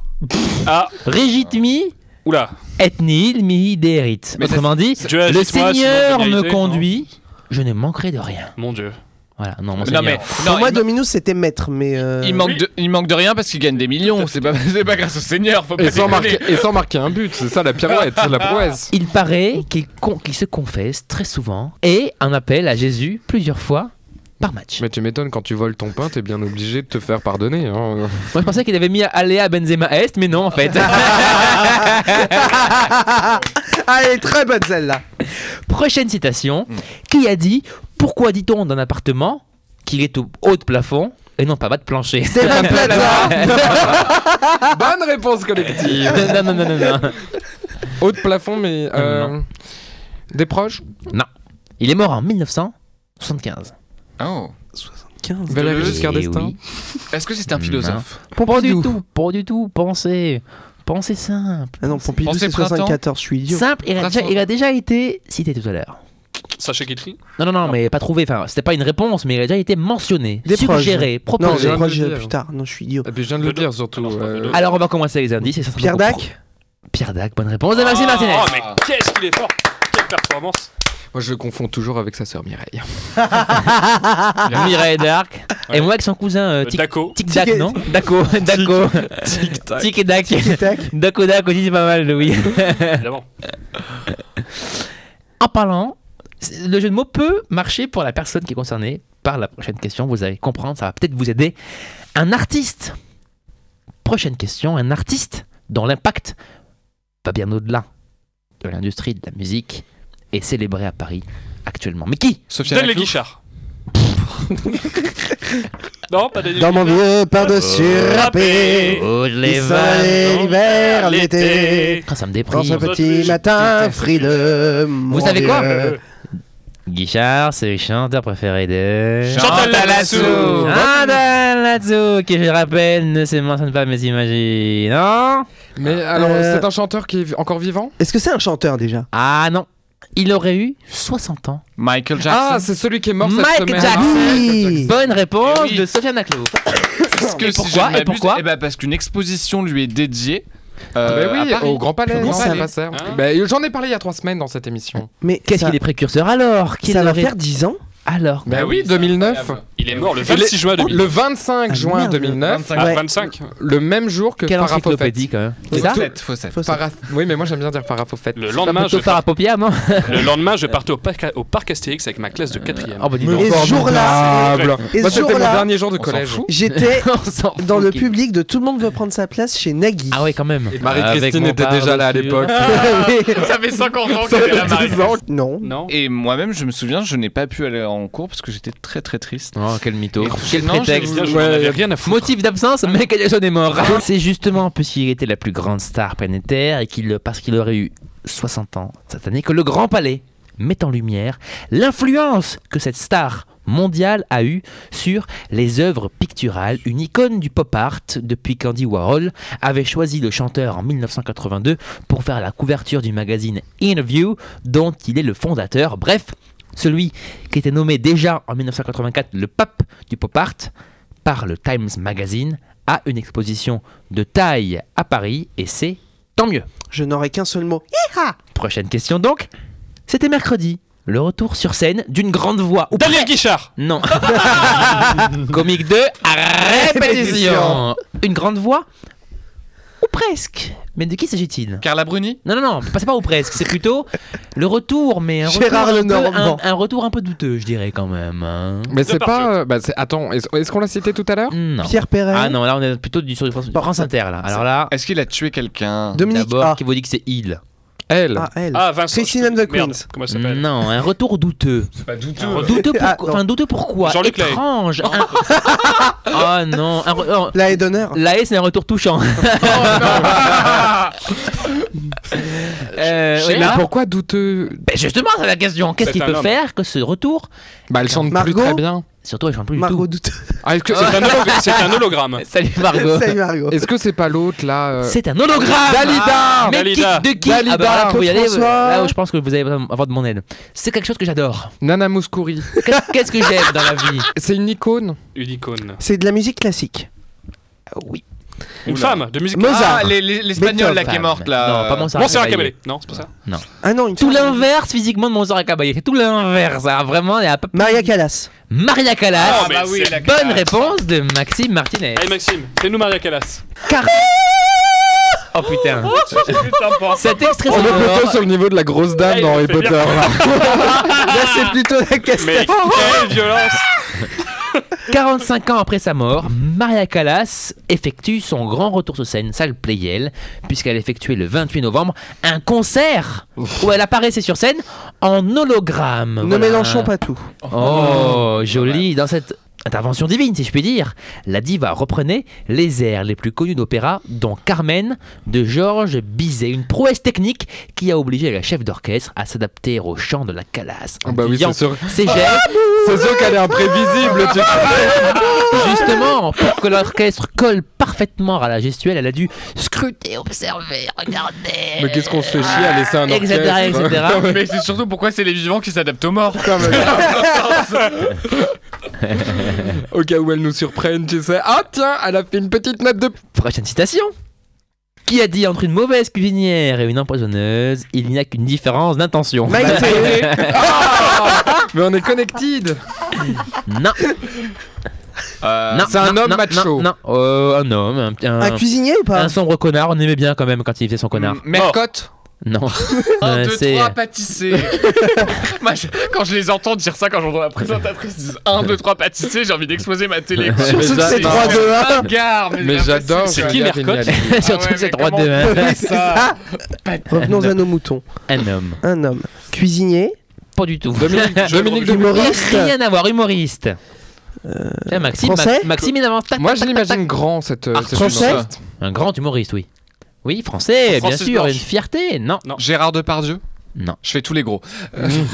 Ah,
Regitmi
oula.
et nil mihi derit.
Mais ça,
Autrement dit,
Dieu
le
agisse-moi, sinon je vais
Seigneur me
réaliser,
conduit, je ne manquerai de rien.
non Mon Dieu.
Voilà, non, mon
Non
Seigneur.
mais
Pour
non,
moi,
il,
Dominus, c'était maître, mais. euh,
il manque de, il manque de rien parce qu'il gagne des millions. C'est pas, (laughs) c'est pas grâce au Seigneur. Faut
Et
pas
sans,
déconner.
marquer, et sans marquer un but, c'est ça la pirouette, la (laughs) prouesse.
Il paraît qu'il con- qu'il se confesse très souvent et un appel à Jésus plusieurs fois par match.
Mais tu m'étonnes, quand tu voles ton pain, t'es bien obligé de te faire pardonner. hein.
Moi je pensais qu'il avait mis aller à Benzema Est, mais non en (laughs) fait.
Allez, très bonne celle-là.
Prochaine citation qui a dit Pourquoi dit-on d'un appartement qu'il est au haut de plafond et non pas bas de plancher
C'est
(laughs)
la plaza.
(laughs)
hein.
Bonne réponse collective
non, non, non, non, non.
Haut de plafond, mais... euh,
Non,
Des proches
Il est mort en 1975.
Oh.
Valéry
Le-
Giscard
Eh
d'Estaing
oui.
Est-ce que c'est un
Non.
philosophe
Pas du
Pompidou.
tout, pas du tout. Pensez, pensez simple.
Ah non, Pompidou,
Pensez
c'est
printemps.
74, je suis idiot.
Simple, il a,
Vincent.
déjà, il a déjà été cité tout à l'heure.
Sacha Guitry.
Non, non, non, mais pas trouvé. Enfin, c'était pas une réponse, mais il a déjà été mentionné,
Des proches.
suggéré,
Non,
proposé.
je
viens de
crois
le
que j'ai-
dire.
plus tard. Non, je suis
(laughs)
idiot.
Et puis Ah, je viens de
Le
le
do-
dire surtout.
non, c'est pas
euh,
le do-
Alors, on va commencer les indices. et ça sera
Pierre
pour-
Dac
Pierre Dac, bonne réponse de Maxime Martinez.
Oh, mais qu'est-ce qu'il est fort. Quelle performance.
Moi je le confonds toujours avec sa sœur Mireille.
Mireille Dac. Et
Ouais.
moi avec son cousin euh,
Euh,
Tic
Daco.
Tic Dac, non Daco, Daco. Tic et Dac.
Tic-tac.
Daco Dac aussi, c'est pas mal, oui.
Évidemment.
En parlant, c'est- le jeu de mots peut marcher pour la personne qui est concernée par la prochaine question. Vous allez comprendre, ça va peut-être vous aider. Un artiste. Prochaine question, un artiste dont l'impact va bien au-delà de l'industrie de la musique est célébré à Paris actuellement. Mais qui
Sophia
Donne le
Maclou
guichard. Non, pas des
Dans mon vieux par-dessus râpé,
les
il soleil l'hiver, l'été.
Ah, ça me
Prends ce
déprime.
petit matin frileux. mon
savez quoi
vieux.
Guichard, c'est le chanteur préféré de...
Chantal Latsou
Chantal Latsou, qui je rappelle ne se mentionne pas hein mais imagine, non
Mais alors,
Euh,
c'est un chanteur qui est encore vivant
Est-ce que c'est un chanteur déjà
Ah non, il aurait eu 60 ans.
Michael
Ah,
Jackson.
c'est celui qui est mort
Mike
cette semaine. Euh,
Jackson.
Oui
Bonne réponse
Eh oui.
de Sofiane Aklou.
Parce que
et
si
pourquoi,
je ne
et pourquoi
m'abuse, eh ben, parce qu'une exposition lui est dédiée.
Ah,
euh,
bah oui,
à Paris.
au Grand Palais.
Comment
non,
ça
c'est
va
pas ça.
Hein
Bah, J'en ai parlé il y a trois semaines dans cette émission.
Mais
Qu'est-ce
ça-
qu'il est précurseur alors qu'il
Ça va
aurait-
faire 10 ans
Alors
Bah,
Ah
oui,
oui, c'est
2009.
incroyable.
Il est mort le
Il est-
26 juin 2000.
Le 25
Ah,
juin
merde.
2009,
25.
Ah,
Ouais.
25.
le même jour que
Quelle
Farah Fawcett.
encyclopédie quand même. C'est ça
Faussette, faussette.
Faut ça.
Farah- Oui, mais moi j'aime bien dire Farah Fawcett.
Le lendemain, je
Plutôt Farah Popia,
(laughs)
non
le lendemain, je partais au parc, au parc Astérix avec ma classe de 4ème.
Oh bah dis donc.
Et ce jour-là,
Formidable.
et
Moi,
ce
c'était mon
jour-là,
dernier jour de
on s'en
collège.
fout.
(laughs)
j'étais
On s'en fout,
dans le
ok.
public de tout le monde veut prendre sa place chez Nagui.
Ah ouais quand même. Avec
Marie-Christine
mon
était déjà là à
par-dessus.
l'époque.
(laughs)
Ah.
Oui.
Ça fait 50 ans
Ça fait 10 ans.
Non.
Non.
Et moi-même, je me souviens, je n'ai pas pu aller en cours parce que j'étais très très triste.
Oh quel mytho.
Et-
Quel
Non, je
prétexte.
vous-
Je
Ouais,
n'en
y
avais
a-
rien à foutre.
Motif d'absence, Michael Jackson est mort. Ah. (laughs) C'est justement parce qu'il était la plus grande star planétaire et qu'il, parce qu'il aurait eu 60 ans cette année que le Grand Palais met en lumière l'influence que cette star mondiale a eue sur les œuvres picturales. Une icône du pop art depuis qu'Andy Warhol avait choisi le chanteur en 1982 pour faire la couverture du magazine Interview dont il est le fondateur. Bref, celui qui était nommé déjà en 1984 le pape du pop art par le Times Magazine à une exposition de taille à Paris et c'est tant mieux.
Je n'aurais qu'un seul mot.
Prochaine question donc. C'était mercredi. Le retour sur scène d'une grande voix. Ou
Daniel Guichard
(laughs)
non. Comique de répétition. Une grande voix ou presque. Mais de qui s'agit-il
Carla Bruni
non, non, non, c'est pas ou presque, c'est plutôt le retour, mais un,
Gérard
retour un, peu, un,
Lenormand.
un retour un peu douteux, je dirais quand même. hein.
Mais c'est
Depardieu.
pas. euh, bah, c'est- Attends, est-ce est-ce qu'on l'a cité tout à l'heure
Non.
Pierre Perret.
Ah non, là on est plutôt du sur du France, du France Inter là. Alors là,
Est-ce qu'il a tué quelqu'un
Dominique ah.
d'abord,
A.
qui vous dit que c'est il
Elle.
Ah, elle.
Ah, Vincent.
Christine and the
Merde,
Queens.
Comment ça s'appelle
Non, un retour
(laughs)
douteux.
C'est pas douteux.
Douteux, pour...
Ah, non.
enfin, douteux pourquoi
Jean-Luc Lahaye.
Étrange. Un- (laughs) Ah non. Un... re- oh,
La haie d'honneur.
La haie, c'est un retour touchant.
Oh,
(laughs) Euh,
Mais
là-
pourquoi douteux
Ben justement, c'est la question. Qu'est-ce
C'est
qu'il
un
peut
homme.
faire que ce retour
Bah, elle chante
Margot
plus très bien.
Surtout, elle chante plus du
Margot Euh,
tout.
Douteux.
Ah, est-ce que
C'est un hologramme- C'est un hologramme.
Salut Margot.
Salut Margot.
est-ce que c'est pas l'autre là euh,
C'est un hologramme Ah,
Dalida
Mais
Dalida.
qui, de qui
Dalida.
Ah bah, là, pour y aller,
Claude François.
là où je pense que vous allez avoir de mon aide. C'est quelque chose que j'adore.
Nana Mouskouri.
Qu'est- Qu'est-ce (laughs) que j'aime dans la vie
C'est une icône.
Une icône.
C'est de la musique classique.
Oui.
Une
Oula.
femme de musique.
Mozart.
Ah, les- les- l'espagnol là qui est morte là.
Non, pas Monsard.
Bon, c'est Caballé. Non, c'est pas ça.
Ah non, une
Tout
femme.
l'inverse physiquement de Monsard Caballé. C'est tout l'inverse. hein. Vraiment, il y a pas
Maria Callas.
Maria
Ah,
Oh,
Callas.
bah oui,
c'est
la
Bonne
classe.
réponse de Maxime Martinez.
Hey Maxime, c'est nous Maria Callas.
Car
Oh putain.
(laughs)
Putain, pas.
Cet
Oh
extrait
On est
sonore-
plutôt sur le niveau de la grosse dame
Eh,
Ah,
dans
il
Harry
le fait
Potter.
bien.
là.
là, c'est plutôt la
Mais
castagne.
quelle violence
45 ans après sa mort, Maria Callas effectue son grand retour sur scène, salle Playel, puisqu'elle effectuait le 28 novembre un concert où elle apparaissait sur scène en hologramme.
Ne
Voilà.
mélanchons pas tout.
Oh, joli. Dans cette intervention divine, si je puis dire, la diva reprenait les airs les plus connus d'opéra, dont Carmen de Georges Bizet. Une prouesse technique qui a obligé la chef d'orchestre à s'adapter au chant de la calasse.
Ah bah oui, c'est sûr.
Ces gestes,
C'est sûr qu'elle est imprévisible.
(laughs)
tu sais.
justement, pour que l'orchestre colle parfaitement à la gestuelle, elle a dû scruter, observer, regarder.
Mais qu'est-ce qu'on se fait chier à laisser un
Etc,
orchestre hein
etc.
Mais c'est surtout pourquoi c'est les vivants qui s'adaptent aux morts.
Au cas où elle nous surprenne, tu sais. Ah tiens, elle a fait une petite note de.
Prochaine citation. Qui a dit entre une mauvaise cuisinière et une empoisonneuse, il n'y a qu'une différence d'intention
Maïté.
Mais on est connected.
Non.
Euh,
Non,
c'est un
non,
homme
non,
macho.
Non, non. Euh, un homme, un, un-
Un cuisinier ou pas
un sombre connard. On aimait bien quand même quand il faisait son connard.
Mm.
Oh.
Mercotte.
Non.
Un,
Euh,
deux,
c'est-
trois pâtissiers.
(laughs)
Moi, je- quand je les entends dire ça, quand j'entends la présentatrice dire 1, 2, 3 pâtissiers, j'ai envie d'exploser
(laughs)
ma télé. quoi.
Surtout que
Mais
c'est
j'adore.
3, 2,
(laughs)
1.
Gare,
Mais j'adore.
C'est
ce
qui,
gars
Mercotte
(laughs)
génial.
Surtout
ouais,
que c'est
mais
3
comment-
2 1.
Oui, c'est ça. Revenons à nos moutons.
Un homme.
Un homme. Cuisinier.
Pas du tout.
Dominique, Dominique de
Humoriste.
Rien à voir, humoriste. Tiens, Maxime,
Français
Ma- Maxime, il avance. Tac,
Moi,
tac,
je
tac,
l'imagine grand, cette. euh, cette
Français
humoriste.
tac. Un grand humoriste, oui. Oui, français, bien
Francis
sûr,
Blanche.
une fierté.
(laughs)
Non,
Non.
Gérard Depardieu
Non.
Je fais tous les gros.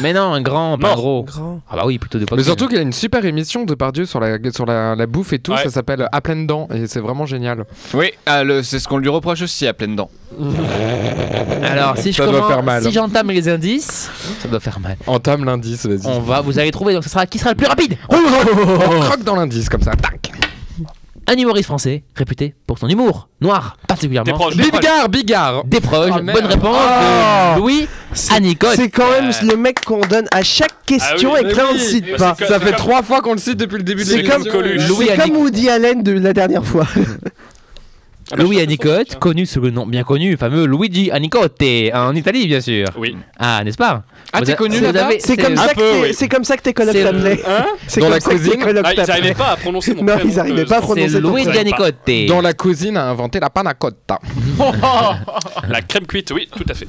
mais non, un grand, pas
Non.
un gros.
Grand.
Ah bah oui, plutôt deux fois.
Mais
que-
surtout qu'il a une super émission de Pardieu sur la, sur la, la bouffe et tout,
Ouais.
ça s'appelle À pleines dents et c'est vraiment génial.
Oui, ah, le- c'est ce qu'on lui reproche aussi à pleines dents.
Alors, si je
Ça doit
commence-
faire mal.
si j'entame les indices, ça doit faire mal.
Entame l'indice, vas-y.
On va, vous allez trouver. Donc, ce sera qui sera le plus rapide
Oh.
On croque dans l'indice comme ça, tac
Un humoriste français réputé pour son humour noir, particulièrement.
T'es proche, t'es proche.
Bigard, Bigard
Des proches.
Oh, merde.
Bonne réponse de Louis
C'est-
Anicot.
C'est quand même
Euh.
le mec qu'on donne à chaque question
oui,
et que
mais
là on ne
oui.
cite
Mais
pas.
c'est
Ça fait
comme-
trois fois qu'on le cite depuis le début de
C'est
l'émission.
comme Coluche.
Louis
C'est comme
Anicot.
Woody Allen de la dernière fois.
Ah bah,
Louis
je suis sûr,
Anicotte,
tiens.
connu sous le nom bien connu, le fameux Luigi Anicotte, en Italie bien sûr.
Oui.
Ah, n'est-ce pas
Ah,
Vous
t'es
a-
connu
vous
là-bas
avez-
C'est comme,
un
ça que
peu,
tes-
oui.
c'est comme ça que tes colocs
C'est-
t'appelaient. C'est
Dans
comme
la
ça que tes
cuisine
colocs
Ah, ils
t'appelaient.
n'arrivaient pas à prononcer mon
Non,
prénom.
ils arrivaient pas à
C'est
prononcer ton
Louis
prénom.
Anicotte.
Bah, Dans la cuisine a inventé la panna cotta.
La crème cuite, oui, tout à fait.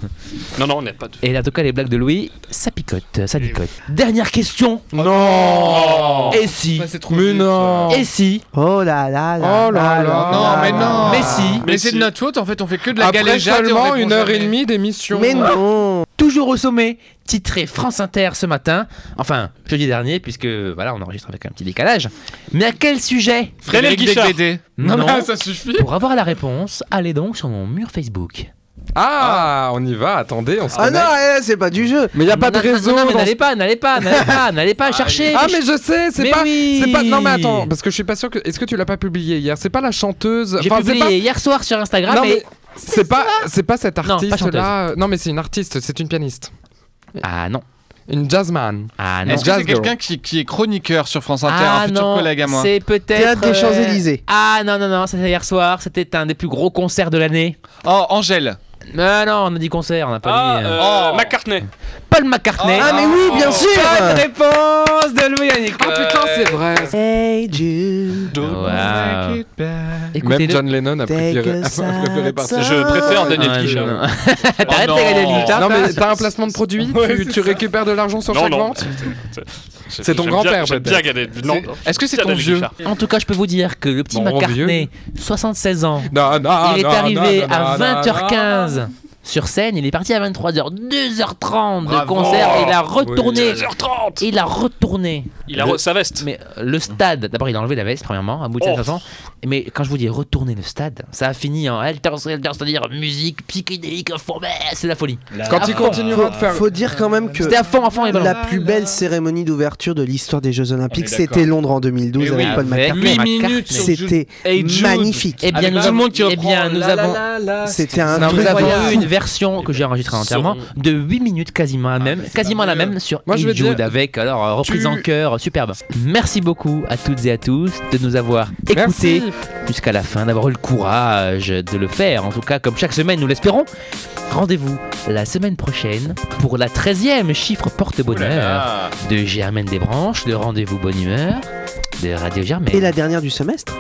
Non, non, on n'est pas de.
Et là, en tout cas, les blagues de Louis, ça
Ah,
picote, ça picote. Dernière question.
Non
Et si
Mais non
Et si
Oh là là là
Oh là là
Ah,
Non, mais non
Mais si.
Mais,
Mais
c'est
si.
de notre faute, en fait, on fait que de la
Après
galéjade et on
seulement
répond
une heure
jamais.
et demie d'émission.
Mais non
Toujours au sommet, titré France Inter ce matin, enfin jeudi dernier, puisque voilà, on enregistre avec un petit décalage. Mais à quel sujet
Frédéric Guichard.
Becbédé.
Non, non.
Ah, ça suffit
Pour avoir la réponse, allez donc sur mon mur Facebook.
Ah, on y va, attendez, on se
Ah
connecte.
non, eh, c'est pas du jeu
Mais il a pas de
Non, non,
réseau
Non, non, mais
dans
n'allez pas, n'allez pas, n'allez pas, n'allez pas chercher.
Ah mais je sais, c'est
Mais
pas
oui.
c'est pas non mais attends parce que je suis pas sûr que est-ce que tu l'as pas publié hier C'est pas la chanteuse
J'ai
enfin, c'est
publié hier soir sur
pas...
Instagram
Non
et-
mais c'est pas c'est pas cette
pas
artiste là, non mais c'est une artiste, c'est une pianiste,
Ah non,
une jazzman.
ah non.
Est-ce que
Jazz
c'est
girl.
quelqu'un qui, qui est chroniqueur sur France Inter,
Ah
un futur
non,
collègue à moi
c'est peut-être...
Théâtre des
euh,
Champs-Élysées.
Ah non, non, non, c'était hier soir, c'était un des plus gros concerts de l'année.
Oh, Angèle
Non, non, on a dit concert, on n'a pas
Ah,
dit... euh,
euh,
Oh.
McCartney.
Paul McCartney. Oh,
Ah mais oui, bien sûr
Bonne réponse de Louis Yannick. Euh,
Ah putain, c'est vrai.
Hey Jude,
Wow.
Take it back.
Écoutez, Ah,
Même John Lennon Ah, a
take
préféré,
a
(laughs) a préféré
side
partir.
Je préfère
song.
Daniel hein. Guichard.
(laughs) T'arrêtes de
non.
regarder les guitares,
Non mais
t'as-
t'as un placement de produit, tu, tu récupères de l'argent sur
Non,
chaque
non.
vente.
c'est- c'est-
C'est ton
j'aime
grand-père,
bien- J'aime bien Gadel. Non,
C'est-
non.
Est-ce que c'est
Bien
ton
Gadel
vieux
Guichard.
En tout cas, je peux vous dire que le petit
Bon,
McCartney, 76 ans,
Non, non,
il est
Ah, non,
arrivé
non, non,
à
non, non,
20h15 sur scène, il est parti à 23h, 2h30 de
Bravo.
concert, et il a retourné.
2h30
Il a retourné
Il a
Le-
re- sa veste.
mais euh, le stade, d'abord il a enlevé la veste premièrement, à bout de
Oh.
700 Mais quand je vous dis retourner le stade, ça a fini en alter, alter c'est-à-dire musique psychédélique, à fond, mais c'est la folie.
Quand
À
il
fond.
continuera
Faut,
de faire
faut dire quand même que
C'était à fond, à fond les ballons.
la plus belle cérémonie d'ouverture de l'histoire des Jeux Olympiques,
On est d'accord.
c'était Londres en 2012
Mais oui,
avec Paul
Avec
McCartney.
Huit
McCartney.
minutes sur
C'était
Hey, Jude.
magnifique.
Eh bien, nous
Avec tout le
avons,
monde qui
eh bien,
reprend,
nous
la,
avons,
la, la, la.
C'était un
Non,
truc
nous
vous
avons
incroyable.
eu une version que j'ai enregistrée entièrement de 8 minutes quasiment la même, quasiment la même sur
Moi, je vais
Hey Jude
dire-
avec alors euh, reprise
Tu-
en chœur superbe. Merci beaucoup à toutes et à tous de nous avoir écoutés
Merci.
jusqu'à la fin, d'avoir eu le courage de le faire. En tout cas, comme chaque semaine, nous l'espérons. Rendez-vous la semaine prochaine pour la 13e chiffre porte-bonheur
Ah.
de Germaine Desbranches, de Rendez-vous Bonne Humeur, de Radio Germaine.
Et la dernière du semestre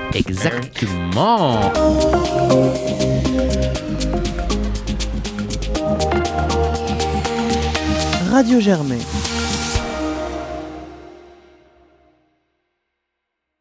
Exactement.
Radio Germain.